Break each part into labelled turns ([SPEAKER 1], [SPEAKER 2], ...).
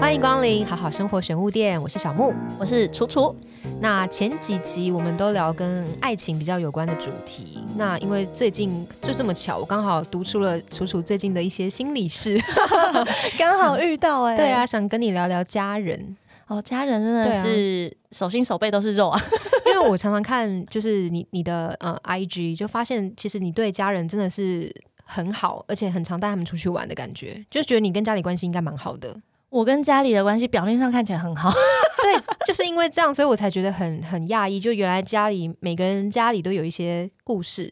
[SPEAKER 1] 欢迎光临好好生活玄物店，我是小木。
[SPEAKER 2] 我是楚楚，
[SPEAKER 1] 那前几集我们都聊跟爱情比较有关的主题，那因为最近就这么巧，我刚好读出了楚楚最近的一些心理 事，
[SPEAKER 2] 刚好遇到哎、
[SPEAKER 1] 对啊，，想跟你聊聊家人，
[SPEAKER 2] 哦，家人真
[SPEAKER 1] 对
[SPEAKER 2] 的
[SPEAKER 1] 啊
[SPEAKER 2] 是手心手背都是肉啊，
[SPEAKER 1] 因为我常常看就是你你的呃 IG，就发现其实你对家人真的是。很好，而且很常带他们出去玩的感觉，就觉得你跟家里关系应该蛮好的。
[SPEAKER 2] 我跟家里的关系表面上看起来很好，
[SPEAKER 1] 对，就是因为这样，所以我才觉得很很讶异。就原来家里每个人家里都有一些故事，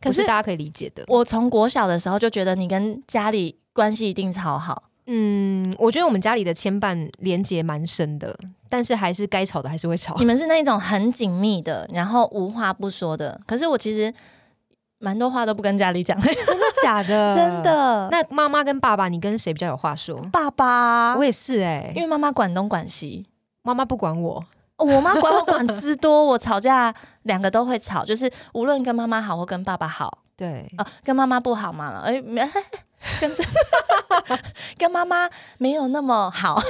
[SPEAKER 2] 可
[SPEAKER 1] 不是
[SPEAKER 2] 是
[SPEAKER 1] 大家可以理解的。
[SPEAKER 2] 我从国小的时候就觉得你跟家里关系一定超好，
[SPEAKER 1] 嗯，我觉得我们家里的牵绊连结蛮深的，但是还是该吵的还是会吵
[SPEAKER 2] 你。们是那种很紧密的，然后无话不说的。可是我其实蛮多话都不跟家里讲，
[SPEAKER 1] 真的假 的？
[SPEAKER 2] 真。的。
[SPEAKER 1] 那妈妈跟爸爸，你跟谁比较有话说？
[SPEAKER 2] 爸爸
[SPEAKER 1] 我，也是哎、
[SPEAKER 2] 啊因为妈妈管东管西，
[SPEAKER 1] 妈妈不管我，
[SPEAKER 2] 哦我妈管我管之多，我吵架两个都会吵，就是无论跟妈妈好或跟爸爸好，
[SPEAKER 1] 对，
[SPEAKER 2] 哦，跟妈妈不好嘛了，哎， 没跟这跟妈妈没有那么好，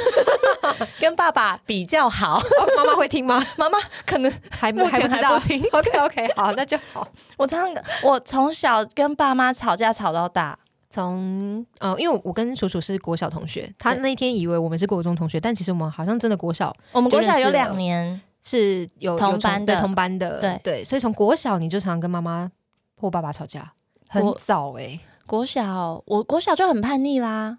[SPEAKER 2] 跟爸爸比较好，
[SPEAKER 1] 哦妈妈会听吗？
[SPEAKER 2] 妈妈可能
[SPEAKER 1] 还
[SPEAKER 2] 目前
[SPEAKER 1] 不知
[SPEAKER 2] 还
[SPEAKER 1] 道
[SPEAKER 2] 不。听。
[SPEAKER 1] OK OK，好，那就好。
[SPEAKER 2] 我常常我从小跟爸妈吵架吵到大，
[SPEAKER 1] 从呃，因为我跟楚楚是国小同学，他
[SPEAKER 2] 对
[SPEAKER 1] 那一天以为我们是国中同学，但其实我们好像真的国小
[SPEAKER 2] 我们
[SPEAKER 1] 就
[SPEAKER 2] 国
[SPEAKER 1] 认
[SPEAKER 2] 小
[SPEAKER 1] 识
[SPEAKER 2] 有
[SPEAKER 1] 了
[SPEAKER 2] 两年，
[SPEAKER 1] 是有有
[SPEAKER 2] 同
[SPEAKER 1] 从
[SPEAKER 2] 班
[SPEAKER 1] 对
[SPEAKER 2] 的
[SPEAKER 1] 同班的，
[SPEAKER 2] 对
[SPEAKER 1] 对，所以从国小你就常跟妈妈或爸爸吵架，很
[SPEAKER 2] 我
[SPEAKER 1] 早哎、
[SPEAKER 2] 国小我国小就很叛逆啦，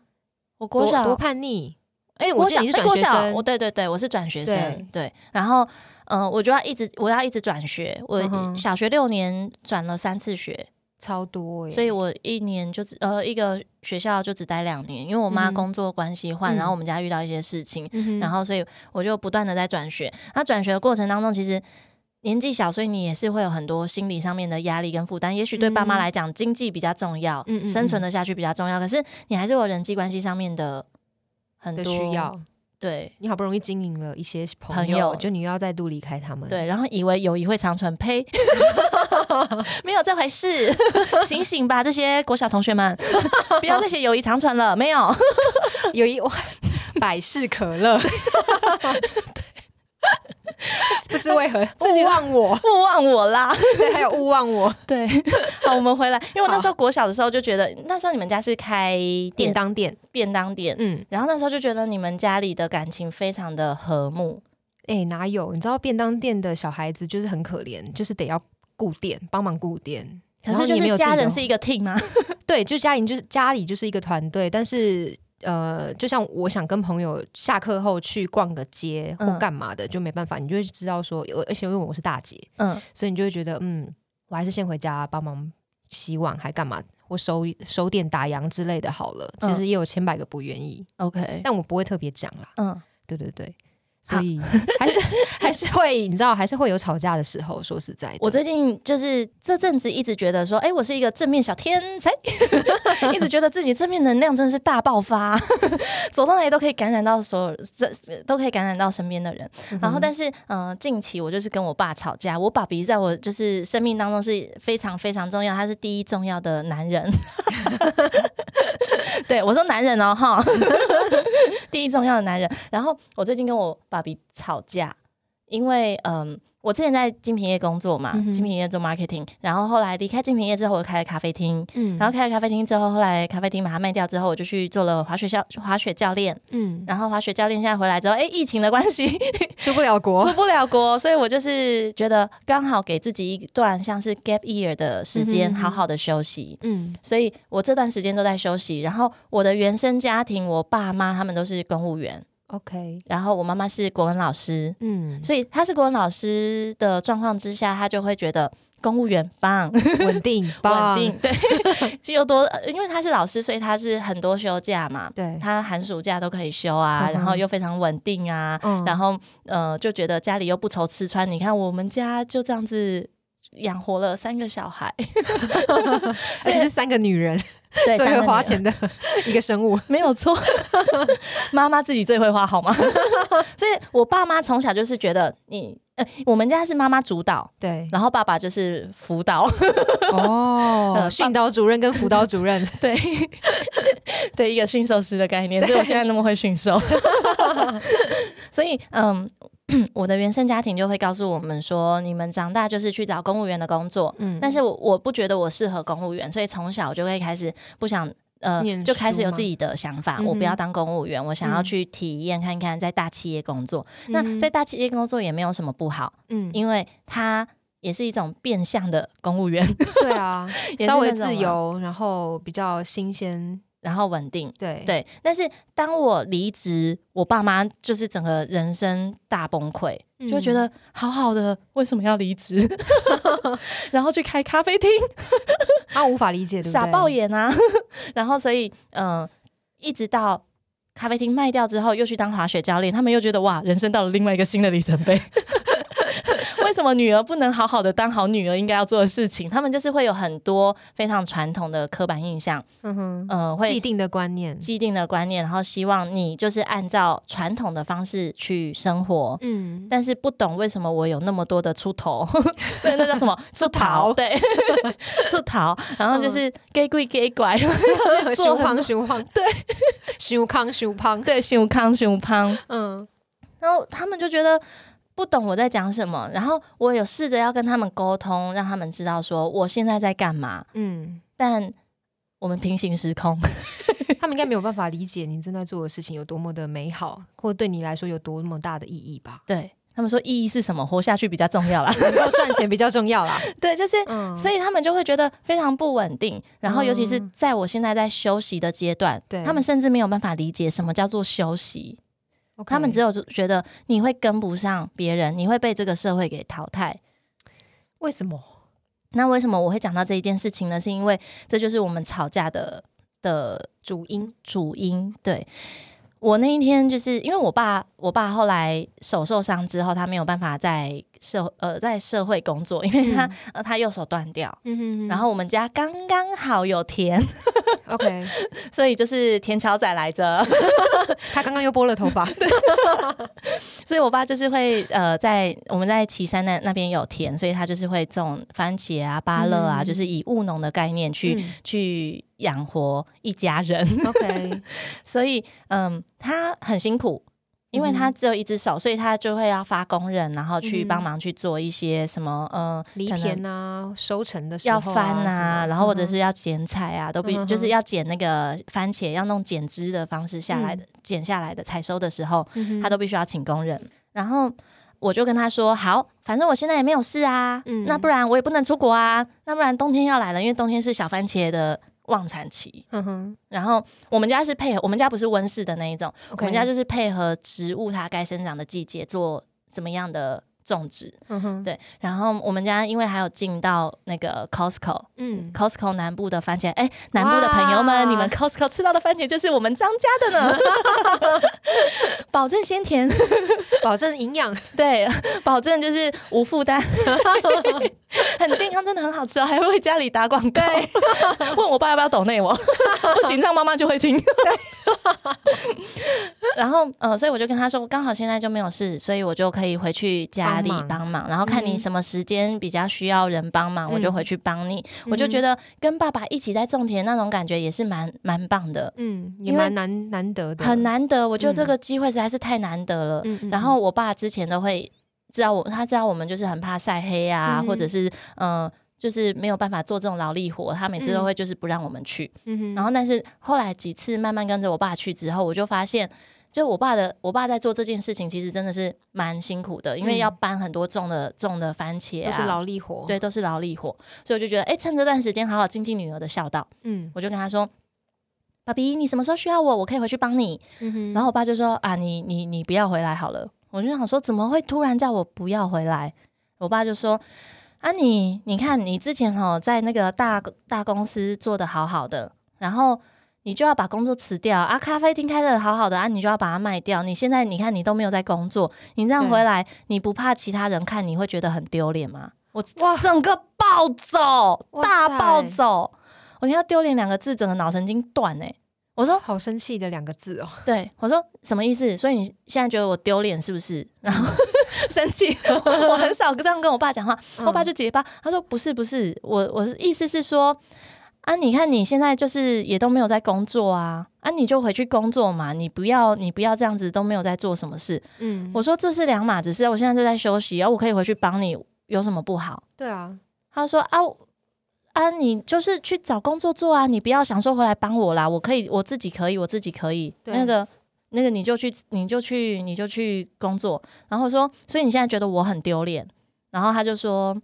[SPEAKER 2] 我国
[SPEAKER 1] 多多
[SPEAKER 2] 小
[SPEAKER 1] 叛逆，
[SPEAKER 2] 哎、
[SPEAKER 1] 因为我
[SPEAKER 2] 国
[SPEAKER 1] 记得
[SPEAKER 2] 小
[SPEAKER 1] 你是
[SPEAKER 2] 哎
[SPEAKER 1] 转
[SPEAKER 2] 国
[SPEAKER 1] 学
[SPEAKER 2] 小
[SPEAKER 1] 生
[SPEAKER 2] 我对对对，我是转学生，
[SPEAKER 1] 对
[SPEAKER 2] 对，然后。嗯、我就要一直我要一直转学，我
[SPEAKER 1] 嗯哼
[SPEAKER 2] 小学六年转了三次学，
[SPEAKER 1] 超多哎、
[SPEAKER 2] 所以我一年就只呃一个学校就只待两年，因为我妈
[SPEAKER 1] 嗯
[SPEAKER 2] 工作关系换，
[SPEAKER 1] 嗯
[SPEAKER 2] 然后我们家遇到一些事情，
[SPEAKER 1] 嗯哼
[SPEAKER 2] 然后所以我就不断的在转学。那转学的过程当中，其实年纪小，所以你也是会有很多心理上面的压力跟负担。也许对爸妈
[SPEAKER 1] 嗯
[SPEAKER 2] 来讲，经济比较重要，
[SPEAKER 1] 嗯嗯
[SPEAKER 2] 生存的下去比较重要，可是你还是有人际关系上面的很
[SPEAKER 1] 的
[SPEAKER 2] 多
[SPEAKER 1] 需，要，
[SPEAKER 2] 对
[SPEAKER 1] 你好不容易经营了一些朋
[SPEAKER 2] 朋友
[SPEAKER 1] 就你又要再度离开他们，
[SPEAKER 2] 对。然后以为友谊会长存，呸，没有这 回事，醒醒吧，这些国小同学们，不要再写友谊长存了，没有。
[SPEAKER 1] 有一 百事可 乐， 不知为何
[SPEAKER 2] 自己
[SPEAKER 1] 勿忘我，
[SPEAKER 2] 勿忘我啦。
[SPEAKER 1] 对，还有勿忘 我
[SPEAKER 2] 对，好，我们回来，因为我那
[SPEAKER 1] 好
[SPEAKER 2] 时候国小的时候就觉得，那时候你们家是开
[SPEAKER 1] 便
[SPEAKER 2] 便当
[SPEAKER 1] 当店，
[SPEAKER 2] 便当店，
[SPEAKER 1] 嗯，
[SPEAKER 2] 然后那时候就觉得你们家里的感情非常的和睦，
[SPEAKER 1] 哎、哪有？你知道便当店的小孩子就是很可怜，就是得要顾店，帮忙顾店。
[SPEAKER 2] 可
[SPEAKER 1] 然后
[SPEAKER 2] 是就
[SPEAKER 1] 你没有
[SPEAKER 2] 是
[SPEAKER 1] 自己
[SPEAKER 2] 家
[SPEAKER 1] 的
[SPEAKER 2] 人是一个 team 啊吗？
[SPEAKER 1] 对，就家里就是家里就是一个团队，但是呃，就像我想跟朋友下课后去逛个街或
[SPEAKER 2] 嗯
[SPEAKER 1] 干嘛的，就没办法，你就会知道说，而而且因为我是大姐，
[SPEAKER 2] 嗯，
[SPEAKER 1] 所以你就会觉得，嗯，我还是先回家帮忙洗碗，还干嘛？或收收店打烊之类的，好了。其
[SPEAKER 2] 嗯
[SPEAKER 1] 实也有千百个不愿意，
[SPEAKER 2] OK，
[SPEAKER 1] 但我不会特别讲啦。
[SPEAKER 2] 嗯，
[SPEAKER 1] 对对对，
[SPEAKER 2] 好
[SPEAKER 1] 所以还是还是会，你知道，还是会有吵架的时候。说实在的，
[SPEAKER 2] 我最近就是这阵子一直觉得说，哎、我是一个正面小天才， 一直觉得自己正面能量真的是大爆发， 走到哪里都可以感染到所有，这都可以感染到身边的人。
[SPEAKER 1] 嗯哼
[SPEAKER 2] 然后，但是，嗯、近期我就是跟我爸吵架。我爸比在我就是生命当中是非常非常重要，他是第一重要的男人。 对我说男人哦， 哈，第一重要的男人。然后我最近跟我爸比吵架，因为嗯、我之前在精品业工作嘛，
[SPEAKER 1] 嗯哼
[SPEAKER 2] 精品业做 marketing，然后后来离开精品业之后，我开了咖啡厅，
[SPEAKER 1] 嗯
[SPEAKER 2] 然后开了咖啡厅之后，后来咖啡厅把它卖掉之后，我就去做了滑雪教滑雪教练，
[SPEAKER 1] 嗯，
[SPEAKER 2] 然后滑雪教练现在回来之后，哎，疫情的关系。
[SPEAKER 1] 出不了国
[SPEAKER 2] 出，不了国，所以我就是觉得刚好给自己一段像是 gap year 的时间，
[SPEAKER 1] 嗯哼嗯哼
[SPEAKER 2] 好好的休息。
[SPEAKER 1] 嗯
[SPEAKER 2] 所以我这段时间都在休息。然后我的原生家庭，我爸妈他们都是公务员，
[SPEAKER 1] ，OK，
[SPEAKER 2] 然后我妈妈是国文老师，
[SPEAKER 1] 嗯，
[SPEAKER 2] 所以她是国文老师的状况之下，她就会觉得公务员棒，
[SPEAKER 1] 稳定，
[SPEAKER 2] 稳
[SPEAKER 1] 棒
[SPEAKER 2] 定，，对， 就又多，呃因为她是老师，所以她是很多休假嘛，
[SPEAKER 1] 对，
[SPEAKER 2] 她寒暑假都可以休啊，
[SPEAKER 1] 嗯哼
[SPEAKER 2] 然后又非常稳定啊，
[SPEAKER 1] 嗯
[SPEAKER 2] 然后呃，就觉得家里又不愁吃穿。你看我们家就这样子养活了三个小孩，
[SPEAKER 1] 而且是三个女人
[SPEAKER 2] 对
[SPEAKER 1] 最会花，
[SPEAKER 2] 三个女儿
[SPEAKER 1] 钱的一个 生物，
[SPEAKER 2] 没有错。妈妈自己最会花好吗？ 所以我爸妈从小就是觉得你。呃我们家是妈妈主导，
[SPEAKER 1] 对，
[SPEAKER 2] 然后爸爸就是辅导，
[SPEAKER 1] 哦，
[SPEAKER 2] 呃
[SPEAKER 1] 训导主任跟辅导主任，
[SPEAKER 2] 对，对一个驯兽师的概念，所以我现在那么会驯兽。 所以，嗯， 我的原生家庭就会告诉我们说，你们长大就是去找公务员的工作。
[SPEAKER 1] 嗯
[SPEAKER 2] 但是我我不觉得我适合公务员，所以从小就会开始不想。呃
[SPEAKER 1] 念，
[SPEAKER 2] 就开始
[SPEAKER 1] 书
[SPEAKER 2] 有
[SPEAKER 1] 吗
[SPEAKER 2] 自己的想法，
[SPEAKER 1] 嗯哼
[SPEAKER 2] 我不要当公务员，我想要
[SPEAKER 1] 嗯
[SPEAKER 2] 去体验看看在大企业工作。
[SPEAKER 1] 嗯
[SPEAKER 2] 那在大企业工作也没有什么不好，
[SPEAKER 1] 嗯，
[SPEAKER 2] 因为它也是一种变相的公务员，
[SPEAKER 1] 对啊
[SPEAKER 2] 也，是
[SPEAKER 1] 稍微
[SPEAKER 2] 那种
[SPEAKER 1] 自
[SPEAKER 2] 啊
[SPEAKER 1] 由，然后比较新鲜，
[SPEAKER 2] 然后稳定。
[SPEAKER 1] 对，
[SPEAKER 2] 对，但是当我离职，我爸妈就是整个人生大崩溃，
[SPEAKER 1] 嗯
[SPEAKER 2] 就觉得好好的为什么要 离职， 然后去开咖啡厅，
[SPEAKER 1] 他啊无法理解，对不对？
[SPEAKER 2] 傻爆眼啊！ 然后所以，嗯、一直到咖啡厅卖掉之后，又去当滑雪教练，他们又觉得哇，人生到了另外一个新的里程 碑。为什么女儿不能好好的当好女儿应该要做的事情？他们就是会有很多非常传统的刻板印象，
[SPEAKER 1] 嗯哼，
[SPEAKER 2] 嗯、会
[SPEAKER 1] 既定的观念，
[SPEAKER 2] 既定的观念，然后希望你就是按照传统的方式去生活。
[SPEAKER 1] 嗯，
[SPEAKER 2] 但是不懂为什么我有那么多的出 头，对，那叫什么出
[SPEAKER 1] 头
[SPEAKER 2] 逃？ 嗯对，出逃。然后就是给鬼给拐，
[SPEAKER 1] 修
[SPEAKER 2] 做
[SPEAKER 1] 胖
[SPEAKER 2] 很
[SPEAKER 1] 修胖， 对，修胖修胖，
[SPEAKER 2] 对，熊康熊胖。
[SPEAKER 1] 嗯
[SPEAKER 2] 然后他们就觉得不懂我在讲什么。然后我有试着要跟他们沟通，让他们知道说我现在在干嘛，
[SPEAKER 1] 嗯，
[SPEAKER 2] 但我们平行时空。
[SPEAKER 1] 他们应该没有办法理解你正在做的事情有多么的美好，或对你来说有多么大的意义吧。
[SPEAKER 2] 对他们说意义是什么？活下去比较重要啦。
[SPEAKER 1] 能够赚钱比较重要啦，
[SPEAKER 2] 对，就是
[SPEAKER 1] 嗯，
[SPEAKER 2] 所以他们就会觉得非常不稳定。然后，尤其是
[SPEAKER 1] 嗯
[SPEAKER 2] 在我现在在休息的阶段，
[SPEAKER 1] 对
[SPEAKER 2] 他们甚至没有办法理解什么叫做休息。
[SPEAKER 1] OK
[SPEAKER 2] 他们只有觉得你会跟不上别人，你会被这个社会给淘汰。
[SPEAKER 1] 为什么？
[SPEAKER 2] 那为什么我会讲到这一件事情呢？是因为这就是我们吵架的的
[SPEAKER 1] 主因，
[SPEAKER 2] 主因。对我那一天就是因为我爸，我爸后来手受伤之后，他没有办法在社呃在社会工作，因为他、呃他右手断掉。
[SPEAKER 1] 嗯哼
[SPEAKER 2] 然后我们家刚刚好有田，
[SPEAKER 1] OK，
[SPEAKER 2] 所以就是田乔仔来着，
[SPEAKER 1] 他刚刚又拨了头 发，
[SPEAKER 2] 所以我爸就是会呃，在我们在岐山那那边有田，所以他就是会种番茄啊、芭乐啊，
[SPEAKER 1] 嗯
[SPEAKER 2] 就是以务农的概念去、
[SPEAKER 1] 嗯
[SPEAKER 2] 去养活一家人。
[SPEAKER 1] OK，
[SPEAKER 2] 所以嗯，他很辛苦，因为
[SPEAKER 1] 嗯哼
[SPEAKER 2] 他只有一只手，所以他就会要发工人，然后去
[SPEAKER 1] 嗯
[SPEAKER 2] 帮忙去做一些什么呃，
[SPEAKER 1] 犁
[SPEAKER 2] 可能
[SPEAKER 1] 田啊，收成的时候
[SPEAKER 2] 要
[SPEAKER 1] 啊
[SPEAKER 2] 翻
[SPEAKER 1] 什么
[SPEAKER 2] 啊，然后或者是要剪彩啊，都比
[SPEAKER 1] 嗯哼
[SPEAKER 2] 就是要剪那个番茄，要弄剪枝的方式下来的，剪下来的采收的时候，
[SPEAKER 1] 嗯哼
[SPEAKER 2] 他都必须要请工人。然后我就跟他说：“好，反正我现在也没有事啊，
[SPEAKER 1] 嗯
[SPEAKER 2] 那不然我也不能出国啊，那不然冬天要来了，因为冬天是小番茄的旺产期。
[SPEAKER 1] 嗯哼，
[SPEAKER 2] 然后我们家是配合，我们家不是温室的那一种
[SPEAKER 1] OK
[SPEAKER 2] 我们家就是配合植物它该生长的季节做怎么样的种植。
[SPEAKER 1] 嗯哼，
[SPEAKER 2] 对，然后我们家因为还有进到那个 Costco。”
[SPEAKER 1] 嗯，
[SPEAKER 2] Costco 南部的番茄，哎、南部的朋友们，
[SPEAKER 1] 哇
[SPEAKER 2] 你们 Costco 吃到的番茄就是我们张家的 呢，保证鲜甜，
[SPEAKER 1] 保证营养，
[SPEAKER 2] 对，保证就是无负 担，很健康，真的很好吃哦，还会为家里打广告， 问我爸要不要抖内我， 不行，让妈妈就会听。 然后，呃，所以我就跟他说，我刚好现在就没有事，所以我就可以回去家里
[SPEAKER 1] 帮忙
[SPEAKER 2] 帮忙，然后看
[SPEAKER 1] 嗯
[SPEAKER 2] 你什么时间比较需要人帮忙，我就
[SPEAKER 1] 嗯
[SPEAKER 2] 回去帮你。我就觉
[SPEAKER 1] 得，
[SPEAKER 2] 得跟爸爸一起在种田那种感觉也是蛮蛮棒的，
[SPEAKER 1] 嗯，也
[SPEAKER 2] 因为
[SPEAKER 1] 蛮难难得的，
[SPEAKER 2] 很难得。我觉得这
[SPEAKER 1] 嗯
[SPEAKER 2] 个机会实在是太难得了。
[SPEAKER 1] 嗯，嗯，
[SPEAKER 2] 然后我爸之前都会知道我，他知道我们就是很怕晒黑啊，
[SPEAKER 1] 嗯
[SPEAKER 2] 或者是嗯、呃就是没有办法做这种劳力活，他每次都会就是不让我们去。
[SPEAKER 1] 嗯哼，
[SPEAKER 2] 然后，但是后来几次慢慢跟着我爸去之后，我就发现。就我爸的，我爸在做这件事情，其实真的是蛮辛苦的，因
[SPEAKER 1] 嗯
[SPEAKER 2] 为要搬很多重的重的番茄
[SPEAKER 1] 都
[SPEAKER 2] 啊，
[SPEAKER 1] 是劳力活，，
[SPEAKER 2] 对，都是劳力活，所以我就觉得，哎、趁这段时间好好精进女儿的孝道。
[SPEAKER 1] 嗯
[SPEAKER 2] 我就跟他说：“爸比，你什么时候需要我，我可以回去帮你。
[SPEAKER 1] 嗯哼，
[SPEAKER 2] 然后我爸就说：“啊，你你你不要回来好了。”我就想说，怎么会突然叫我不要回来？我爸就说：“啊你，你看你之前哦，在那个大大公司做的好好的，然后你就要把工作辞掉啊，咖啡厅开的好好的啊，你就要把它卖掉。你现在你看你都没有在工作，你这样
[SPEAKER 1] 对
[SPEAKER 2] 回来，你不怕其他人看你会觉得很丢脸吗？”我
[SPEAKER 1] 哇
[SPEAKER 2] 整个暴走，
[SPEAKER 1] 哇
[SPEAKER 2] 大
[SPEAKER 1] 塞
[SPEAKER 2] 暴走！我听到“丢脸”两个字，整个脑神经断哎、我说
[SPEAKER 1] 好生气的两个 字哦，
[SPEAKER 2] 对，我说什么意思？所以你现在觉得我丢脸是不是？ 然后生气，
[SPEAKER 1] 哦 嗯
[SPEAKER 2] 我很少这样跟我爸讲话，我爸就结巴，他说不是不是，我我是意思是说。啊，你看你现在就是也都没有在工作啊，啊，你就回去工作嘛，你不要你不要这样子都没有在做什么事。
[SPEAKER 1] 嗯，
[SPEAKER 2] 我说这是两码子事，我现在就在休息，然后我可以回去帮你，有什么不好？
[SPEAKER 1] 对啊，
[SPEAKER 2] 他说啊啊，你就是去找工作做啊，你不要想说回来帮我啦，我可以，我自己可以，我自己可以。
[SPEAKER 1] 对
[SPEAKER 2] 那个那个，你就去，你就去，你就去工作。然后说，所以你现在觉得我很丢脸？然后他就说。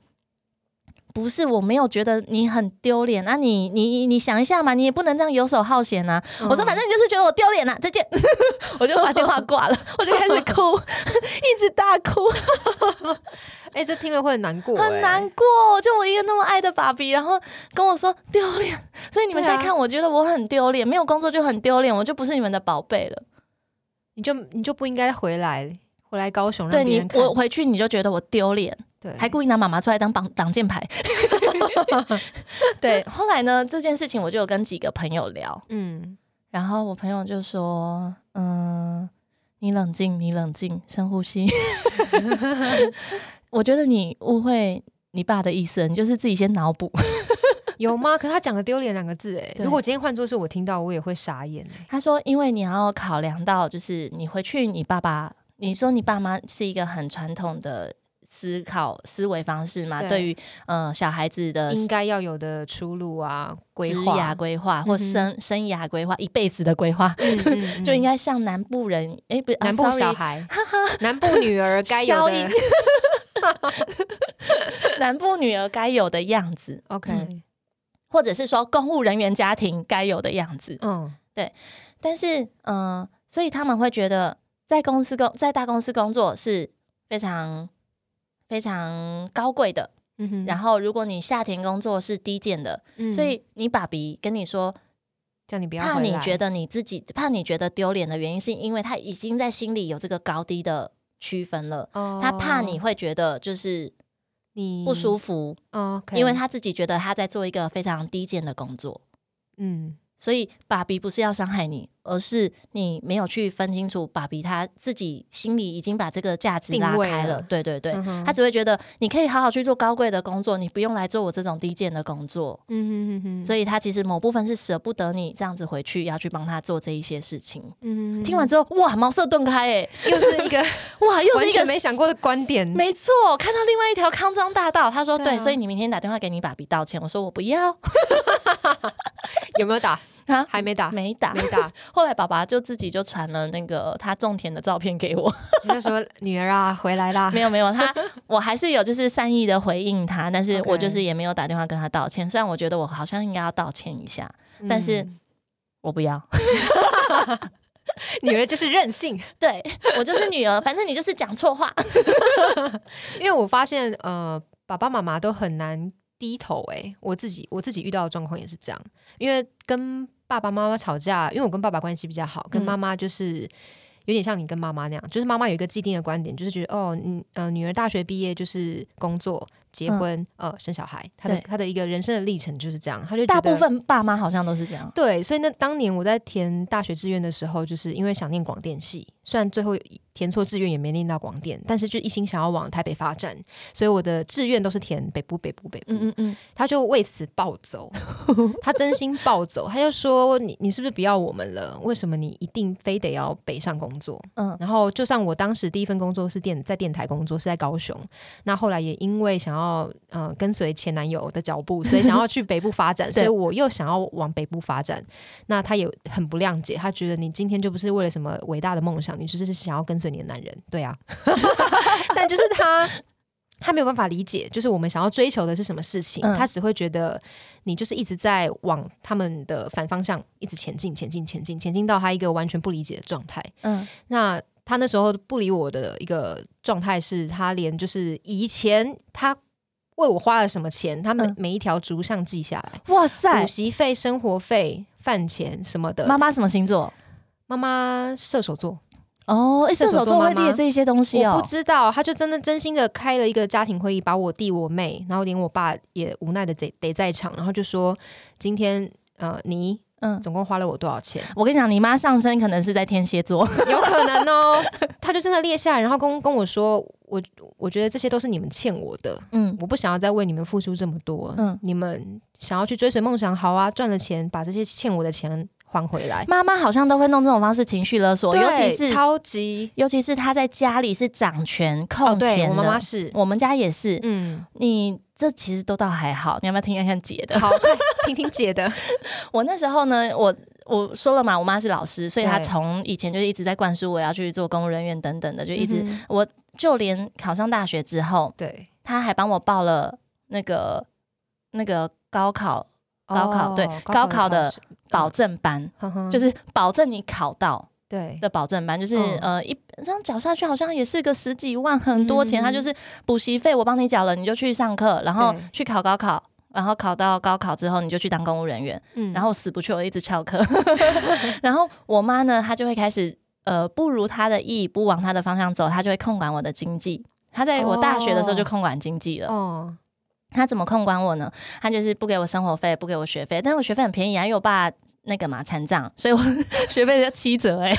[SPEAKER 2] 不是，我没有觉得你很丢脸啊你！你你你想一下嘛，你也不能这样游手好闲啊！我说，
[SPEAKER 1] 嗯
[SPEAKER 2] 反正你就是觉得我丢脸啊啦，再见， 我就把电话挂 了，我就开始哭，一直大哭。
[SPEAKER 1] 哎、这听了会很难过、欸哎
[SPEAKER 2] 很难。过。就我一个那么爱的爸比，然后跟我说丢脸，所以你们
[SPEAKER 1] 对啊
[SPEAKER 2] 现在看，我觉得我很丢脸，没有工作就很丢脸，我就不是你们的宝贝了。
[SPEAKER 1] 你就你就不应该回来，回来高雄
[SPEAKER 2] 对
[SPEAKER 1] 让哦别
[SPEAKER 2] 你
[SPEAKER 1] 人，看。
[SPEAKER 2] 我回去你就觉得我丢脸，
[SPEAKER 1] 对，
[SPEAKER 2] 还故意拿妈妈出来当绑挡箭牌。 对，后来呢，这件事情我就有跟几个朋友聊，
[SPEAKER 1] 嗯，
[SPEAKER 2] 然后我朋友就说，嗯。你冷静，你冷静，深 呼吸。 我觉得你误会你爸的意思了，你就是自己先脑补。
[SPEAKER 1] 有吗？可是他讲了“丢脸”两个字，哎，
[SPEAKER 2] 对
[SPEAKER 1] 如果今天换作是我听到，我也会傻眼哎。
[SPEAKER 2] 他说，因为你要考量到，就是你回去，你爸爸，你说你爸妈是一个很传统的思考思维方式嘛，
[SPEAKER 1] 对
[SPEAKER 2] 对于呃小孩子的
[SPEAKER 1] 应该要有的出路啊，规
[SPEAKER 2] 职
[SPEAKER 1] 划
[SPEAKER 2] 涯，规划或
[SPEAKER 1] 嗯哼
[SPEAKER 2] 生、生涯规划，一辈子的规划，
[SPEAKER 1] 嗯嗯嗯
[SPEAKER 2] 就应该像南部人，诶，不，啊
[SPEAKER 1] 南部
[SPEAKER 2] sorry，
[SPEAKER 1] 小孩， 南部女儿该有
[SPEAKER 2] 消
[SPEAKER 1] 的
[SPEAKER 2] 音。南部女儿该有的样子， 嗯
[SPEAKER 1] OK，
[SPEAKER 2] 或者是说公务人员家庭该有的样子。
[SPEAKER 1] 嗯，
[SPEAKER 2] 但是，嗯、呃，所以他们会觉得在公司工在大公司工作是非常非常高贵的。
[SPEAKER 1] 嗯哼
[SPEAKER 2] 然后，如果你下田工作是低贱的，
[SPEAKER 1] 嗯
[SPEAKER 2] 所以你爸比跟你说，
[SPEAKER 1] 叫你不要
[SPEAKER 2] 怕
[SPEAKER 1] 回
[SPEAKER 2] 你
[SPEAKER 1] 来
[SPEAKER 2] 觉得你自己怕你觉得丢脸的原因，是因为他已经在心里有这个高低的区分了。
[SPEAKER 1] 哦
[SPEAKER 2] 他怕你会觉得就是
[SPEAKER 1] 你
[SPEAKER 2] 不舒
[SPEAKER 1] 服
[SPEAKER 2] 服，
[SPEAKER 1] ，OK，
[SPEAKER 2] 因为他自己觉得他在做一个非常低贱的工作。
[SPEAKER 1] 嗯
[SPEAKER 2] 所以，爸比不是要伤害你，而是你没有去分清楚，爸比他自己心里已经把这个价值
[SPEAKER 1] 定
[SPEAKER 2] 拉
[SPEAKER 1] 位
[SPEAKER 2] 开
[SPEAKER 1] 了
[SPEAKER 2] 了。对对对，
[SPEAKER 1] 嗯哼
[SPEAKER 2] 他只会觉得你可以好好去做高贵的工作，你不用来做我这种低贱的工作。
[SPEAKER 1] 嗯嗯嗯，
[SPEAKER 2] 所
[SPEAKER 1] 以
[SPEAKER 2] 以他其实某部分是舍不得你这样子回去，要去帮他做这一些事情。
[SPEAKER 1] 嗯
[SPEAKER 2] 听完之后，哇，茅塞顿开哎，
[SPEAKER 1] 又是一个
[SPEAKER 2] 哇， 又是
[SPEAKER 1] 完
[SPEAKER 2] 一个
[SPEAKER 1] 全没想。过的观点，
[SPEAKER 2] 没错，看到另外一条康庄大道，他说
[SPEAKER 1] 对
[SPEAKER 2] 对,、
[SPEAKER 1] 啊
[SPEAKER 2] 所以你明天打电话给你爸比道歉。我说我不要
[SPEAKER 1] 有没有打？
[SPEAKER 2] 啊，
[SPEAKER 1] 还没打，
[SPEAKER 2] 没打。
[SPEAKER 1] 没打。
[SPEAKER 2] 后来爸爸就自己就传了那个他种田的照片给 我，
[SPEAKER 1] 他就说：“女儿啊，回来啦
[SPEAKER 2] 没有没有，他我还是有就是善意的回应他，但是
[SPEAKER 1] OK
[SPEAKER 2] 我就是也没有打电话跟他道歉。虽然我觉得我好像应该要道歉一下，！”但是
[SPEAKER 1] 嗯
[SPEAKER 2] 我不要。
[SPEAKER 1] 女儿就是任性，
[SPEAKER 2] 对我就是女儿，反正你就是讲错话。
[SPEAKER 1] 因为我发现呃，爸爸妈妈都很难低头、欸。我自己我自己遇到的状况也是这样，因为跟爸爸妈妈吵架，因为我跟爸爸关系比较好，跟
[SPEAKER 2] 嗯
[SPEAKER 1] 妈妈就是。有点像你跟妈妈那样，就是妈妈有一个既定的观点，就是觉得哦，你呃女儿大学毕业就是工作、结
[SPEAKER 2] 嗯
[SPEAKER 1] 婚、呃生小孩，她的
[SPEAKER 2] 对
[SPEAKER 1] 她的一个人生的历程就是这样，她就觉
[SPEAKER 2] 大
[SPEAKER 1] 得
[SPEAKER 2] 部分爸妈好像都是这样。
[SPEAKER 1] 对，所以那当年我在填大学志愿的时候，就是因为想念广电系，虽然最后填错志愿也没念到广电，但是就一心想要往台北发展，所以我的志愿都是填北部、北部、北部。
[SPEAKER 2] 嗯嗯嗯，
[SPEAKER 1] 他就为此暴 走，他真心暴走，他就说你你是不是不要我们了？为什么你一定非得要北上工作？
[SPEAKER 2] 嗯
[SPEAKER 1] 然后就算我当时第一份工作是电在电台工作，是在高雄，那后来也因为想要呃跟随前男友的脚步，所以想要去北部发 展，所以我又想要往北部发展。那他也很不谅解，他觉得你今天就不是为了什么伟大的梦想，你只是想要跟随你的男人，对啊， 但就是他。他没有办法理解，就是我们想要追求的是什么事情，
[SPEAKER 2] 嗯
[SPEAKER 1] 他只会觉得你就是一直在往他们的反方向一直前进、前进、前进、前进到他一个完全不理解的状态。
[SPEAKER 2] 嗯，
[SPEAKER 1] 那他那时候不理我的一个状态是，他连就是以前他为我花了什么钱，他每
[SPEAKER 2] 嗯
[SPEAKER 1] 每一条逐项记下来，
[SPEAKER 2] 哇塞
[SPEAKER 1] 补，习费、生活费、饭钱什么的。
[SPEAKER 2] 妈妈什么星座？
[SPEAKER 1] 妈妈射手座，
[SPEAKER 2] 哦，诶
[SPEAKER 1] 射手
[SPEAKER 2] 射
[SPEAKER 1] 座
[SPEAKER 2] 手座
[SPEAKER 1] 妈
[SPEAKER 2] 会
[SPEAKER 1] 妈
[SPEAKER 2] 列这些东西
[SPEAKER 1] 我
[SPEAKER 2] 哦
[SPEAKER 1] 不。知道，他就真的真心的开了一个家庭会议，把我弟、我妹，然后连我爸也无奈的得得在场，然后就说今天呃你
[SPEAKER 2] 嗯，
[SPEAKER 1] 总共花了我多少钱？
[SPEAKER 2] 我跟你讲，你妈上身可能是在天蝎座，
[SPEAKER 1] 有可能哦， 他就真的列下来，然后跟跟我说，我我觉得这些都是你们欠我的，
[SPEAKER 2] 嗯，
[SPEAKER 1] 我不想要再为你们付出这么多，
[SPEAKER 2] 嗯
[SPEAKER 1] 你们想要去追随梦想，好啊，赚了钱把这些欠我的钱还回来，
[SPEAKER 2] 妈妈好像都会弄这种方式情绪勒索，
[SPEAKER 1] 对
[SPEAKER 2] 尤其是
[SPEAKER 1] 超级
[SPEAKER 2] 尤其是她在家里是掌权
[SPEAKER 1] 哦，
[SPEAKER 2] 控
[SPEAKER 1] 对
[SPEAKER 2] 钱
[SPEAKER 1] 我
[SPEAKER 2] 的，
[SPEAKER 1] 妈妈是，
[SPEAKER 2] 我们家也是，
[SPEAKER 1] 嗯，
[SPEAKER 2] 你这其实都倒还好，你要不要听看看姐的？
[SPEAKER 1] 好，快听听姐的，
[SPEAKER 2] 我那时候呢，我我说了嘛，我妈是老师，所以她
[SPEAKER 1] 对
[SPEAKER 2] 从以前就一直在灌输我要去做公务人员等等的， 就一直、
[SPEAKER 1] 嗯哼
[SPEAKER 2] 我就连考上大学之后，
[SPEAKER 1] 对
[SPEAKER 2] 她还帮我报了那个那个高考高
[SPEAKER 1] 哦
[SPEAKER 2] 考对高考的
[SPEAKER 1] 试
[SPEAKER 2] 保证班，
[SPEAKER 1] 哼嗯哼
[SPEAKER 2] 就是保证你考到
[SPEAKER 1] 对
[SPEAKER 2] 的保证班，就是、
[SPEAKER 1] 嗯
[SPEAKER 2] 呃一这样缴下去好像也是个十几万，很多钱。
[SPEAKER 1] 嗯
[SPEAKER 2] 她就是补习费我帮你缴了，你就去上课，然后
[SPEAKER 1] 对
[SPEAKER 2] 去考高考。然后考到高考之后，你就去当公务人员。
[SPEAKER 1] 嗯
[SPEAKER 2] 然后死不去，我一直翘课。 然后我妈呢，她就会开始呃，不如她的意，不往她的方向走，她就会控管我的经济。她在我大学的时候就
[SPEAKER 1] 哦
[SPEAKER 2] 控管经济了。
[SPEAKER 1] 哦，
[SPEAKER 2] 她怎么控管我呢？她就是不给我生活费，不给我学费，但是我学费很便宜啊，因为我爸。那个嘛，残障，所以我 学费要七折哎、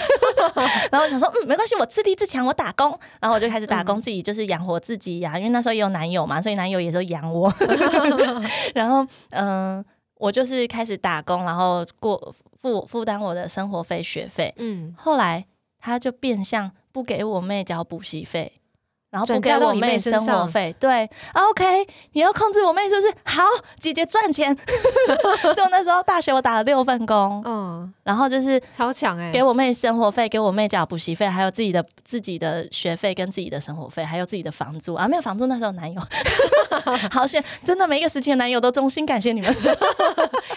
[SPEAKER 2] 然后我想说，嗯，没关系，我自立自强，我打工，然后我就开始打工，自己就是养活自己呀、因为那时候也有男友嘛，所以男友也都养我。 然后，嗯、我就是开始打工，然后过负负担我的生活费、学费。
[SPEAKER 1] 嗯，
[SPEAKER 2] 后来他就变相不给我妹缴补习费，然后不
[SPEAKER 1] 转
[SPEAKER 2] 给
[SPEAKER 1] 嫁到
[SPEAKER 2] 我
[SPEAKER 1] 你妹身
[SPEAKER 2] 生活
[SPEAKER 1] 上
[SPEAKER 2] 费。对啊，OK，你要控制我妹是不是？好，姐姐 赚钱。所以我那时候大学我打了六份工，
[SPEAKER 1] 哦，
[SPEAKER 2] 然后就是
[SPEAKER 1] 超强哎，
[SPEAKER 2] 给我妹生活费，给我妹缴补习费，还有自己的自己的学费跟自己的生活费，还有自己的房租啊，没有房租那时 候男友，好险，真的每一个时期的男友都衷心感谢你们。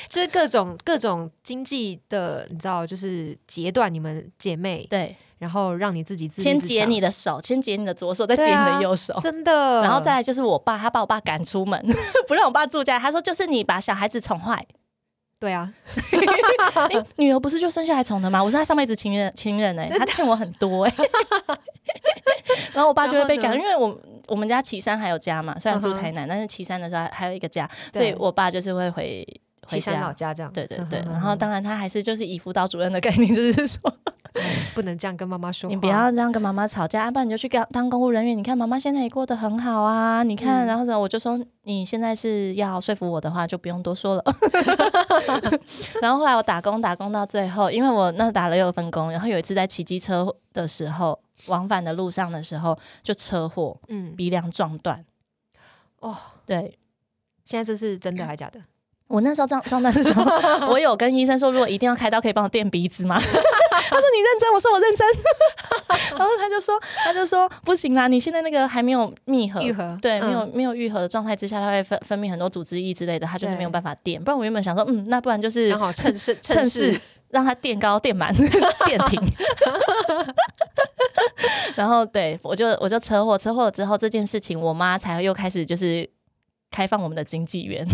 [SPEAKER 1] 就是各种各种经济的，你知道，就是截断你们姐妹，
[SPEAKER 2] 对，
[SPEAKER 1] 然后让你自己自立
[SPEAKER 2] 先
[SPEAKER 1] 自
[SPEAKER 2] 解
[SPEAKER 1] 强
[SPEAKER 2] 你，的手，先解你的左手，再解
[SPEAKER 1] 对啊
[SPEAKER 2] 你的右手。
[SPEAKER 1] 真的，
[SPEAKER 2] 然后再来就是我爸，他把我爸赶出门， 不让我爸住家里。他说就是你把小孩子宠 坏，
[SPEAKER 1] 对啊，
[SPEAKER 2] 诶女儿不是就生下来宠的吗？我是他上辈子情人情人哎、他欠我很 多哎、然后我爸就会被赶，
[SPEAKER 1] 然后
[SPEAKER 2] 因为我我们家岐山还有家嘛，虽然住
[SPEAKER 1] 嗯哼
[SPEAKER 2] 台南，但是岐山的时候还还有一个家，所
[SPEAKER 1] 对
[SPEAKER 2] 以我爸就是会回回
[SPEAKER 1] 岐山老家
[SPEAKER 2] 家。
[SPEAKER 1] 这样，
[SPEAKER 2] 对对对，
[SPEAKER 1] 嗯哼
[SPEAKER 2] 然后
[SPEAKER 1] 嗯哼
[SPEAKER 2] 当然他还是就是以辅导主任的概念，就是说
[SPEAKER 1] 不能这样跟妈妈说话，
[SPEAKER 2] 你不要这样跟妈妈吵架，啊要不然你就去当当公务人员。你看妈妈现在也过得很好啊，你看，
[SPEAKER 1] 嗯
[SPEAKER 2] 然后呢，我就说你现在是要说服我的话，就不用多 说了。然后后来我打工打工到最后，因为我那打了六份工，然后有一次在骑机车的时候，往返的路上的时候就车祸，
[SPEAKER 1] 嗯，
[SPEAKER 2] 鼻梁撞断。
[SPEAKER 1] 哦，
[SPEAKER 2] 对
[SPEAKER 1] 现在这是真
[SPEAKER 2] 嗯
[SPEAKER 1] 的还假的？
[SPEAKER 2] 我那时候撞撞断的时 候，我有跟医生说，如果一定要开刀，可以帮我垫鼻子吗？他 说你认真，我说我认真， 然后他就说他就说不行啦，你现在那个还没有密合。
[SPEAKER 1] 愈合
[SPEAKER 2] 对，没有
[SPEAKER 1] 嗯
[SPEAKER 2] 没有愈合的状态之下，它会分分泌很多组织液之类的，它就是
[SPEAKER 1] 对
[SPEAKER 2] 没有办法垫。不然我原本想说，嗯，那不然就是
[SPEAKER 1] 刚好趁势
[SPEAKER 2] 趁
[SPEAKER 1] 势
[SPEAKER 2] 势，让它垫高、垫满、 垫停。然后对我就我就车祸，车祸了之后这件事情，我妈才又开始就是开放我们的经纪人。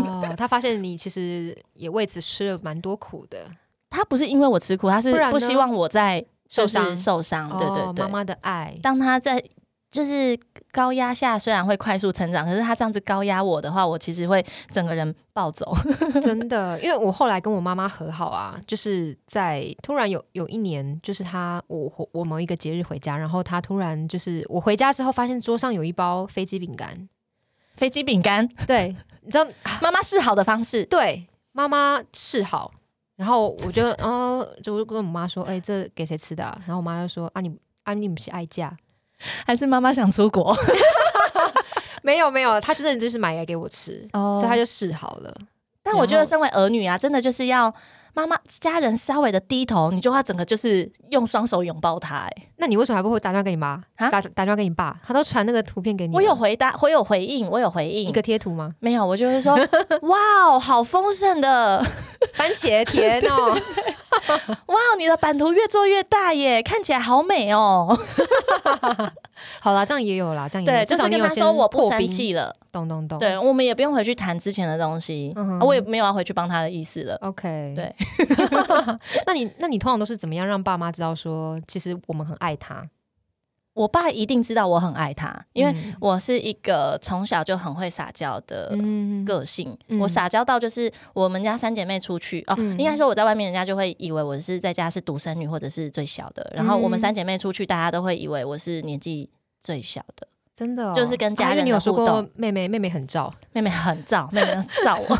[SPEAKER 1] 哦，他发现你其实也为此吃了蛮多苦的，
[SPEAKER 2] 她不是因为我吃苦，她是
[SPEAKER 1] 不然呢
[SPEAKER 2] 不希望我在
[SPEAKER 1] 受
[SPEAKER 2] 就是
[SPEAKER 1] 伤
[SPEAKER 2] 受伤。对对
[SPEAKER 1] 哦
[SPEAKER 2] 对，
[SPEAKER 1] 妈妈的爱，
[SPEAKER 2] 当他在就是高压下，虽然会快速成长，可是他这样子高压我的话，我其实会整个人暴走。
[SPEAKER 1] 真的，因为我后来跟我妈妈和好啊，就是在突然有有一年，就是她我我我某一个节日回家，然后她突然就是我回家之后发现桌上有一包飞机饼干，
[SPEAKER 2] 飞机饼干，
[SPEAKER 1] 对，你知道，
[SPEAKER 2] 妈妈示好的方式，
[SPEAKER 1] 对，妈妈示好，然后我就哦，就跟我妈说，哎、这给谁吃的、啊？然后我妈就说啊你。啊，你不是爱嫁？
[SPEAKER 2] 还是妈妈想出国？
[SPEAKER 1] 没有没有，她真的就是买来给我吃，
[SPEAKER 2] 哦
[SPEAKER 1] 所以她就示好了。
[SPEAKER 2] 但我觉得
[SPEAKER 1] 然后
[SPEAKER 2] 身为儿女啊，真的就是要。妈妈家人稍微的低头，你就要整个就是用双手拥抱他、哎，
[SPEAKER 1] 那你为什么还不会打电话给你妈？
[SPEAKER 2] 啊
[SPEAKER 1] 打打电话给你爸？他都传那个图片给你了，哦
[SPEAKER 2] 我有回答，我有回应，我有回应。
[SPEAKER 1] 一个贴图吗？
[SPEAKER 2] 没有，我就 会说，哇哦，好丰盛的，
[SPEAKER 1] 番茄甜 哦，
[SPEAKER 2] 哇哦，你的版图越做越大耶，看起来好美哦。
[SPEAKER 1] 好啦，这样也有啦，这样也有
[SPEAKER 2] 对，就
[SPEAKER 1] 嗯至少
[SPEAKER 2] 是
[SPEAKER 1] 你
[SPEAKER 2] 跟
[SPEAKER 1] 有
[SPEAKER 2] 他
[SPEAKER 1] 先
[SPEAKER 2] 说我不
[SPEAKER 1] 破
[SPEAKER 2] 生
[SPEAKER 1] 冰，
[SPEAKER 2] 气了。
[SPEAKER 1] 懂懂懂，
[SPEAKER 2] 对，我们也不用回去谈之前的东西，
[SPEAKER 1] 嗯哼
[SPEAKER 2] 啊我也没有要回去帮他的意思了。
[SPEAKER 1] ，OK，
[SPEAKER 2] 对。
[SPEAKER 1] 那你那你通常都是怎么样让爸妈知道说，其实我们很爱他？
[SPEAKER 2] 我爸一定知道我很爱他，因为
[SPEAKER 1] 嗯
[SPEAKER 2] 我是一个从小就很会撒娇的
[SPEAKER 1] 嗯
[SPEAKER 2] 个性。
[SPEAKER 1] 嗯
[SPEAKER 2] 我撒娇到就是我们家三姐妹出去哦，
[SPEAKER 1] 嗯
[SPEAKER 2] 应该说我在外面，人家就会以为我是在家是独生女或者是最小的。然后我们
[SPEAKER 1] 嗯
[SPEAKER 2] 三姐妹出去，大家都会以为我是年纪最小的。
[SPEAKER 1] 真的哦、
[SPEAKER 2] 就是跟家
[SPEAKER 1] 啊因为
[SPEAKER 2] 人
[SPEAKER 1] 你有
[SPEAKER 2] 的
[SPEAKER 1] 说
[SPEAKER 2] 互
[SPEAKER 1] 过
[SPEAKER 2] 动
[SPEAKER 1] 妹妹妹妹很照，
[SPEAKER 2] 妹妹很照，妹妹要照我。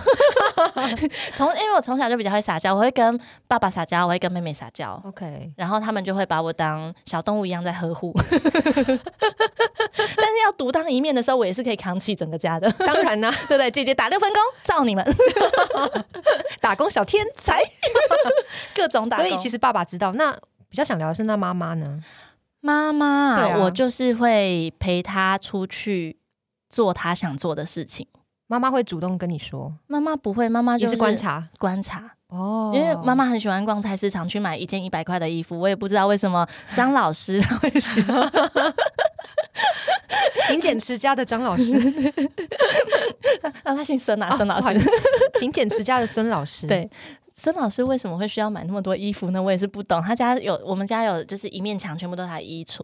[SPEAKER 2] 从因为我从小就比较会撒娇，我会跟爸爸撒娇，我会跟妹妹撒娇。
[SPEAKER 1] 哦 OK，
[SPEAKER 2] 然后他们就会把我当小动物一样在呵护， 但是要独当一面的时候，我也是可以扛起整个家的，
[SPEAKER 1] 当然啊啦、
[SPEAKER 2] 对不对？姐姐打六分工，照你们
[SPEAKER 1] 打工小天才。
[SPEAKER 2] 各种打
[SPEAKER 1] 所
[SPEAKER 2] 工。
[SPEAKER 1] 以其
[SPEAKER 2] 实
[SPEAKER 1] 实爸爸知道，那比较想聊的是那妈妈呢？
[SPEAKER 2] 妈妈，
[SPEAKER 1] 对啊
[SPEAKER 2] 我就是会陪她出去做她想做的事情。
[SPEAKER 1] 妈妈会主动跟你说，
[SPEAKER 2] 妈妈不会，妈妈
[SPEAKER 1] 也
[SPEAKER 2] 就是
[SPEAKER 1] 观察
[SPEAKER 2] 观察，
[SPEAKER 1] 哦，
[SPEAKER 2] 因为妈妈很喜欢逛菜市场去买一件一百块的衣服，我也不知道为什么张老师他会喜欢，
[SPEAKER 1] 勤俭持家的张老师，
[SPEAKER 2] 啊，他姓孙啊， 孙老
[SPEAKER 1] 不好意
[SPEAKER 2] 师，
[SPEAKER 1] 勤俭持家的孙老师，
[SPEAKER 2] 对孙老师为什么会需要买那么多衣服呢？我也是不懂。他家有我们家有就是一面墙全部都是他的 衣橱，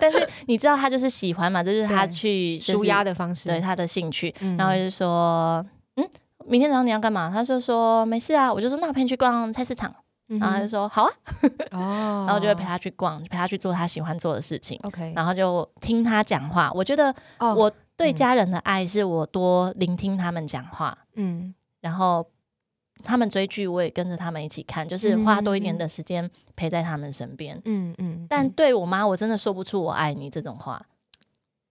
[SPEAKER 2] 但是你知道他就是喜欢嘛，这就是他
[SPEAKER 1] 对
[SPEAKER 2] 去
[SPEAKER 1] 舒压
[SPEAKER 2] 的，
[SPEAKER 1] 的方式，
[SPEAKER 2] 对他的兴趣。
[SPEAKER 1] 嗯
[SPEAKER 2] 然后就说，嗯，明天早上你要干嘛？他就说没事啊，我就说那我陪你去逛菜市场，
[SPEAKER 1] 嗯
[SPEAKER 2] 然后他就
[SPEAKER 1] 哼
[SPEAKER 2] 说好啊，
[SPEAKER 1] 哦，
[SPEAKER 2] 然后我就会陪他去逛，陪他去做他喜欢做的事情。
[SPEAKER 1] OK，
[SPEAKER 2] 然后就听他讲话。我觉得
[SPEAKER 1] 哦
[SPEAKER 2] 我对
[SPEAKER 1] 嗯
[SPEAKER 2] 家人的爱是我多聆听他们讲话，
[SPEAKER 1] 嗯
[SPEAKER 2] 然后他们追剧我也跟着他们一起看，就是花多一点的时间陪在他们身边。
[SPEAKER 1] 嗯嗯，
[SPEAKER 2] 但
[SPEAKER 1] 嗯
[SPEAKER 2] 对我妈，我真的说不出“我爱你”这种话。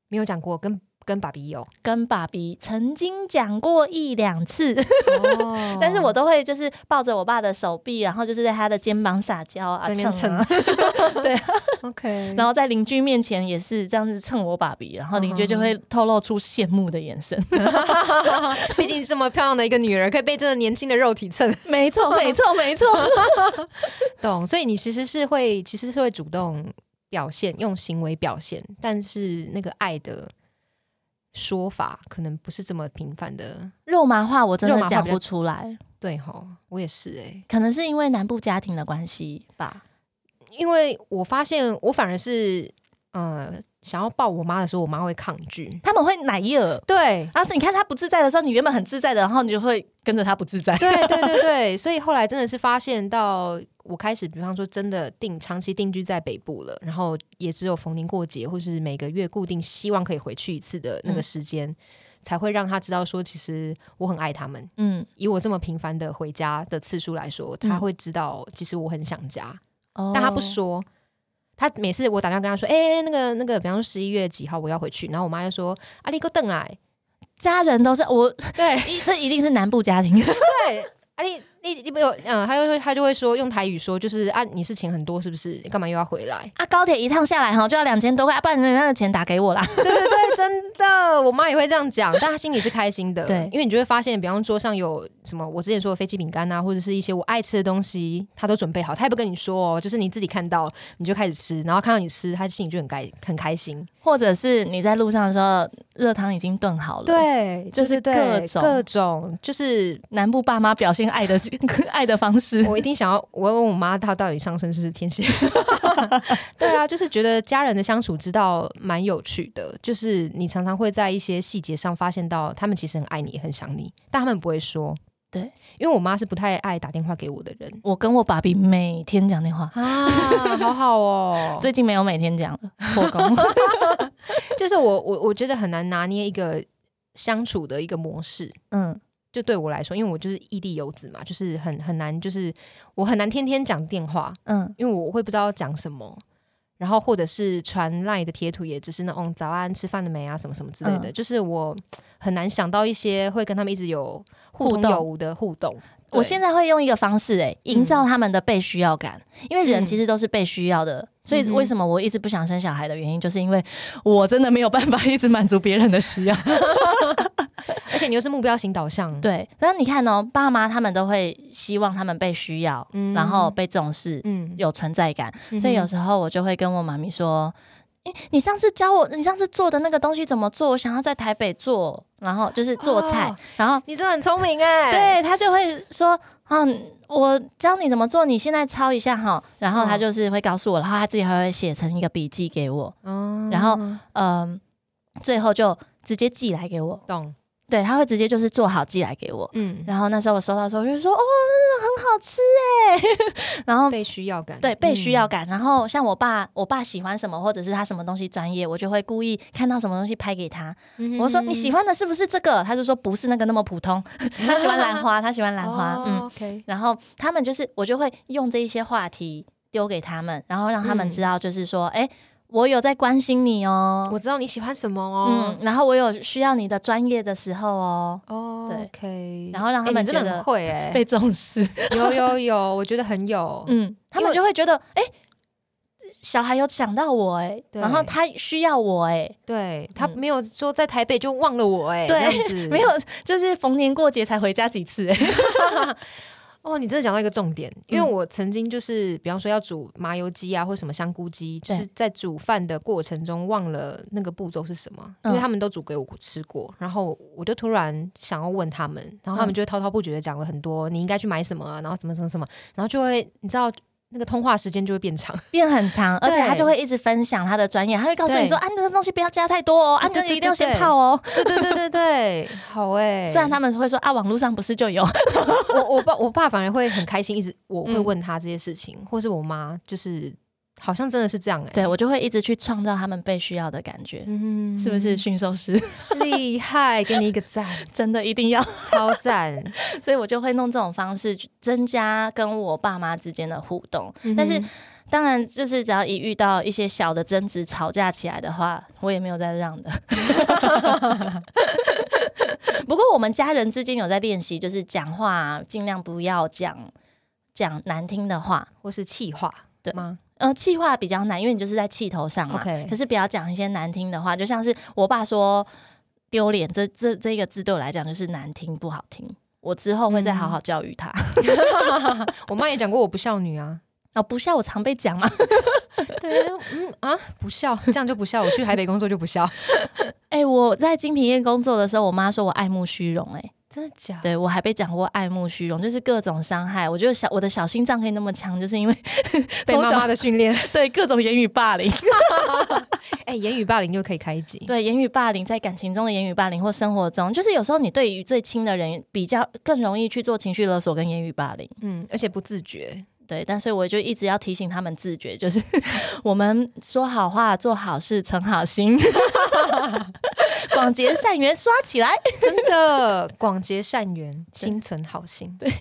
[SPEAKER 1] 没有讲过跟跟爸比 有，
[SPEAKER 2] 跟爸比曾经讲过一两次，
[SPEAKER 1] 哦
[SPEAKER 2] 但是我都会就是抱着我爸的手臂，然后就是在他的肩膀撒娇啊，
[SPEAKER 1] 在那边蹭
[SPEAKER 2] 啊， 对啊，
[SPEAKER 1] 哦 OK，
[SPEAKER 2] 然后在邻居面前也是这样子蹭我爸比，然后邻居
[SPEAKER 1] 嗯
[SPEAKER 2] 就会透露出羡慕的眼神。
[SPEAKER 1] 毕竟这么漂亮的一个女人，可以被这个年轻的肉体蹭
[SPEAKER 2] 没错，没错，没错。
[SPEAKER 1] 懂，所以你其实是会，其实是会主动表现，用行为表现，但是那个爱的说法可能不是这么频繁的。
[SPEAKER 2] 肉麻话我真
[SPEAKER 1] 肉
[SPEAKER 2] 的
[SPEAKER 1] 麻话
[SPEAKER 2] 讲
[SPEAKER 1] 比较
[SPEAKER 2] 不出来，
[SPEAKER 1] 对吼，我也是欸诶、
[SPEAKER 2] 可能是因为南部家庭的关系吧。
[SPEAKER 1] 因为我发现我反而是呃想要抱我妈的时候，我妈会抗拒。
[SPEAKER 2] 他们会奶叶耳，
[SPEAKER 1] 对，
[SPEAKER 2] 然啊后你看他不自在的时候，你原本很自在的，然后你就会跟着他不自在。
[SPEAKER 1] 对对对对，所以后来真的是发现到我开始，比方说真的定长期定居在北部了，然后也只有逢年过节或是每个月固定希望可以回去一次的那个
[SPEAKER 2] 嗯
[SPEAKER 1] 时间，才会让他知道说其实我很爱他们。
[SPEAKER 2] 嗯，
[SPEAKER 1] 以我这么频繁的回家的次数来说，他
[SPEAKER 2] 嗯
[SPEAKER 1] 会知道其实我很想家，
[SPEAKER 2] 哦
[SPEAKER 1] 但他不，说。他每次我打电话跟他说：“哎、那个那个，比方说十一月几号我要回去。”然后我妈就说：“阿丽给我等来。
[SPEAKER 2] 家人都是 我，”
[SPEAKER 1] 对，
[SPEAKER 2] 一这一定是南部家庭。？
[SPEAKER 1] 对，啊你你你没有，嗯，他就会他就会说用台语说，就是啊你是钱很多是不是？干嘛又要回来
[SPEAKER 2] 啊，高铁一趟下来哈就要两千多块，啊不然人家的钱打给我啦。
[SPEAKER 1] 对对对，真的，我妈也会这样讲，但她心里是开心 的，
[SPEAKER 2] 对
[SPEAKER 1] 因为你就会发现，比方桌上有什么我之前说的飞机饼干啊，或者是一些我爱吃的东西，她都准备好，她也不跟你说哦，就是你自己看到你就开始吃，然后看到你吃，她心里就很开很开心，
[SPEAKER 2] 或者是你在路上的时候，热汤已经炖好了。，
[SPEAKER 1] 对，
[SPEAKER 2] 就是
[SPEAKER 1] 对对
[SPEAKER 2] 各种
[SPEAKER 1] 各种，就是
[SPEAKER 2] 南部爸妈表现爱的 爱的 方式。
[SPEAKER 1] 我一定想要，我要问我妈，她到底上身是天蝎？ 对啊，就是觉得家人的相处之道蛮有趣的，就是你常常会在一些细节上发现到他们其实很爱你，很想你，但他们不会说。
[SPEAKER 2] 对，
[SPEAKER 1] 因为我妈是不太爱打电话给我的人
[SPEAKER 2] 我跟我爸比每天讲电话，
[SPEAKER 1] 啊，好好哦，
[SPEAKER 2] 最近没有每天讲了，破 功。
[SPEAKER 1] 就是我我我觉得很难拿捏一个相处的一个模式。
[SPEAKER 2] 嗯，
[SPEAKER 1] 就对我来说，因为我就是异地游子嘛，就是很很难，就是我很难天天讲电话，
[SPEAKER 2] 嗯，
[SPEAKER 1] 因为我会不知道讲什么，然后或者是传赖的贴图，也只是那种、嗯早安、吃饭了没啊，什么什么之类
[SPEAKER 2] 嗯
[SPEAKER 1] 的，就是我很难想到一些会跟他们一直有互通
[SPEAKER 2] 互动
[SPEAKER 1] 有无的互动。
[SPEAKER 2] 我现在会用一个方式、欸，营造他们的被需要感，因为人
[SPEAKER 1] 嗯
[SPEAKER 2] 其实都是被需要的，所以
[SPEAKER 1] 嗯哼
[SPEAKER 2] 为什么我一直不想生小孩的原因，就是因为我真的没有办法一直满足别人的需 要。
[SPEAKER 1] 对，而且你又是目标型导向，，
[SPEAKER 2] 对，但你看哦，爸妈他们都会希望他们被需要，
[SPEAKER 1] 嗯
[SPEAKER 2] 然后被重视，
[SPEAKER 1] 嗯，
[SPEAKER 2] 有存在感，
[SPEAKER 1] 嗯
[SPEAKER 2] 所以有时候我就会跟我妈咪说。诶你上次教我，你上次做的那个东西怎么做？我想要在台北做，然后就是做菜，
[SPEAKER 1] 哦
[SPEAKER 2] 然后
[SPEAKER 1] 你真的很聪明哎、
[SPEAKER 2] 对他就会说，嗯，我教你怎么做，你现在抄一下哈。然后他
[SPEAKER 1] 嗯
[SPEAKER 2] 就是会告诉我，然后他自己还会写成一个笔记给我，
[SPEAKER 1] 嗯
[SPEAKER 2] 然后嗯，最后就直接寄来给我。
[SPEAKER 1] 懂，
[SPEAKER 2] 对，他会直接就是做好寄来给我。
[SPEAKER 1] 嗯，
[SPEAKER 2] 然后那时候我收到的时候，我就说，哦，真的很好吃哎。 然后
[SPEAKER 1] 被嗯需要感，
[SPEAKER 2] 对被需要感，然后像我爸，我爸喜欢什么，或者是他什么东西专业，我就会故意看到什么东西拍给他。
[SPEAKER 1] 嗯，
[SPEAKER 2] 我说你喜欢的是不是这个？他就说不是那个那么普通， 他喜欢兰花，他喜欢兰花，
[SPEAKER 1] 哦
[SPEAKER 2] 嗯。
[SPEAKER 1] ，OK，
[SPEAKER 2] 然后他们就是我就会用这一些话题丢给他们，然后让他们知道，就是说，哎、我有在关心你哦，
[SPEAKER 1] 我知道你喜欢什么
[SPEAKER 2] 嗯
[SPEAKER 1] 哦，，
[SPEAKER 2] 然后我有需要你的专业的时候哦，
[SPEAKER 1] 哦
[SPEAKER 2] 对
[SPEAKER 1] ，OK，
[SPEAKER 2] 然后让他
[SPEAKER 1] 哎
[SPEAKER 2] 们
[SPEAKER 1] 你
[SPEAKER 2] 觉
[SPEAKER 1] 真的
[SPEAKER 2] 得
[SPEAKER 1] 很会哎，
[SPEAKER 2] 被重视，
[SPEAKER 1] 有有有，我觉得很有，
[SPEAKER 2] 嗯，他们
[SPEAKER 1] 因为
[SPEAKER 2] 就会觉得，哎、小孩有想到我哎、
[SPEAKER 1] 对
[SPEAKER 2] 然后他需要我哎、
[SPEAKER 1] 对他
[SPEAKER 2] 嗯
[SPEAKER 1] 没有说在台北就忘了我哎，
[SPEAKER 2] 对
[SPEAKER 1] 这样子
[SPEAKER 2] 没有，就是逢年过节才回家几次哎、
[SPEAKER 1] 哦，你真的讲到一个重点，因为
[SPEAKER 2] 嗯
[SPEAKER 1] 我曾经就是，比方说要煮麻油鸡啊，或什么香菇鸡，就
[SPEAKER 2] 对
[SPEAKER 1] 是在煮饭的过程中忘了那个步骤是什么，因
[SPEAKER 2] 嗯
[SPEAKER 1] 为他们都煮给我吃过，然后我就突然想要问他们，然后他们
[SPEAKER 2] 嗯
[SPEAKER 1] 就会滔滔不绝的讲了很多，你应该去买什么啊，然后怎么怎么怎么，然后就会你知道那个通话时间就会变长，
[SPEAKER 2] 变很长，而且
[SPEAKER 1] 对
[SPEAKER 2] 他就会一直分享他的专业，他会告诉
[SPEAKER 1] 对
[SPEAKER 2] 你说，啊，你的东西不要加太多哦，啊，你
[SPEAKER 1] 对
[SPEAKER 2] 这
[SPEAKER 1] 对
[SPEAKER 2] 个
[SPEAKER 1] 对
[SPEAKER 2] 一定要
[SPEAKER 1] 对
[SPEAKER 2] 先
[SPEAKER 1] 对
[SPEAKER 2] 泡哦。
[SPEAKER 1] 对对对对对， 好哎、
[SPEAKER 2] 虽然他们会说啊，网络上不是就有，
[SPEAKER 1] 我我爸我爸反而会很开心，一直我会
[SPEAKER 2] 嗯
[SPEAKER 1] 问他这些事情，或是我妈就是好像真的是这样哎、
[SPEAKER 2] 对我就会一直去创造他们被需要的感觉，
[SPEAKER 1] 嗯
[SPEAKER 2] 是不是驯兽师
[SPEAKER 1] 厉害？给你一个赞，
[SPEAKER 2] 真的一定要？
[SPEAKER 1] 超赞！
[SPEAKER 2] 所以我就会弄这种方式去增加跟我爸妈之间的互动。但是
[SPEAKER 1] 嗯哼
[SPEAKER 2] 当然，就是只要一遇到一些小的争执、吵架起来的话，我也没有再让的。 不过我们家人之间有在练习，就是讲话啊尽量不要讲讲难听的话。
[SPEAKER 1] 或是气话，
[SPEAKER 2] 对
[SPEAKER 1] 吗？
[SPEAKER 2] 呃，气话比较难，因为你就是在气头上嘛。
[SPEAKER 1] OK
[SPEAKER 2] 可是不要讲一些难听的话，就像是我爸说“丢脸”这这这个字对我来讲就是难听不好听。我之后会再好好教育他。
[SPEAKER 1] 我妈也讲过我不孝女啊，
[SPEAKER 2] 哦，不孝我常被讲嘛，
[SPEAKER 1] 对，嗯啊，不孝，这样就不孝。我去台北工作就不 孝，
[SPEAKER 2] 哎、我在精品业工作的时候，我妈说我爱慕虚荣、哎，
[SPEAKER 1] 真的假的？
[SPEAKER 2] 对我还被讲过爱慕虚荣，就是各种伤害。我觉得小我的小心脏可以那么强，就是因为
[SPEAKER 1] 被
[SPEAKER 2] 从
[SPEAKER 1] 妈
[SPEAKER 2] 小
[SPEAKER 1] 妈的训 练，
[SPEAKER 2] 对各种言语霸凌，
[SPEAKER 1] 哎，言语霸凌又可以开一集。
[SPEAKER 2] 对言语霸凌，在感情中的言语霸凌或生活中，就是有时候你对于最亲的人比较更容易去做情绪勒索跟言语霸凌。
[SPEAKER 1] 嗯，而且不自 觉，
[SPEAKER 2] 对，但是我就一直要提醒他们自觉，就是 我们说好话、做好事、存好心， 广结善缘，刷起来。
[SPEAKER 1] 真的广结善缘，心存好心，对，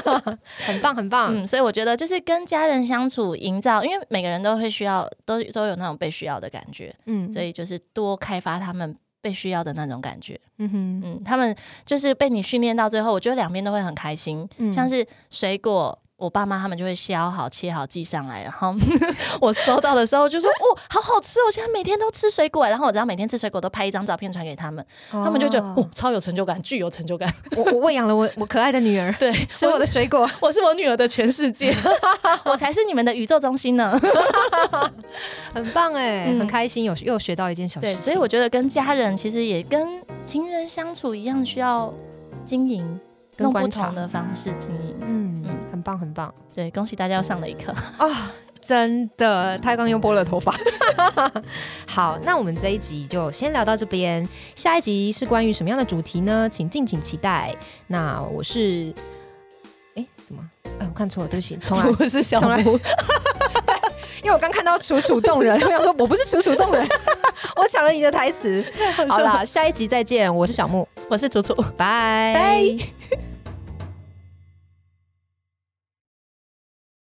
[SPEAKER 1] 很棒，很棒。
[SPEAKER 2] 嗯，所以我觉得就是跟家人相处，营造，因为每个人都会需要，都都有那种被需要的感觉，
[SPEAKER 1] 嗯，
[SPEAKER 2] 所以就是多开发他们。被需要的那种感觉，
[SPEAKER 1] 嗯哼，
[SPEAKER 2] 嗯，他们就是被你训练到最后，我觉得两边都会很开心。
[SPEAKER 1] 嗯
[SPEAKER 2] 像是水果，我爸妈他们就会削好、切好寄上来，然后 我收到的时候就说：“哦，好好吃！我现在每天都吃水果。”然后我只要每天吃水果都拍一张照片传给他们，他们就觉得：“哦，超有成就感，巨有成就感。，
[SPEAKER 1] 我我喂养了我我可爱的女儿
[SPEAKER 2] 对，
[SPEAKER 1] 吃我的水果，
[SPEAKER 2] 我是我女儿的全 世界，我才是你们的宇宙中心呢。
[SPEAKER 1] 很棒哎，
[SPEAKER 2] 嗯
[SPEAKER 1] 很开心，有又学到一件小事
[SPEAKER 2] 对，
[SPEAKER 1] 情。
[SPEAKER 2] 所以我觉得跟家人其实也跟情人相处一样，需要经营，
[SPEAKER 1] 跟
[SPEAKER 2] 用不
[SPEAKER 1] 观察
[SPEAKER 2] 同的方式经营。
[SPEAKER 1] 嗯
[SPEAKER 2] 嗯，
[SPEAKER 1] 很棒，很棒。
[SPEAKER 2] 对，恭喜大家又上了一课。
[SPEAKER 1] 啊、真的，他刚又拨了头发。 好，那我们这一集就先聊到这边，下一集是关于什么样的主题呢？请敬请期待。那我是，哎，什么？哎，我看错了，对不起， 重来，
[SPEAKER 2] 我是小
[SPEAKER 1] 重来
[SPEAKER 2] 吴，
[SPEAKER 1] 因为我刚看到楚楚动人，我想说我不是楚楚动人， 我 抢了你的台词。好啦，下一集再见，我是小木，
[SPEAKER 2] 我是楚楚。
[SPEAKER 1] 拜
[SPEAKER 2] 拜。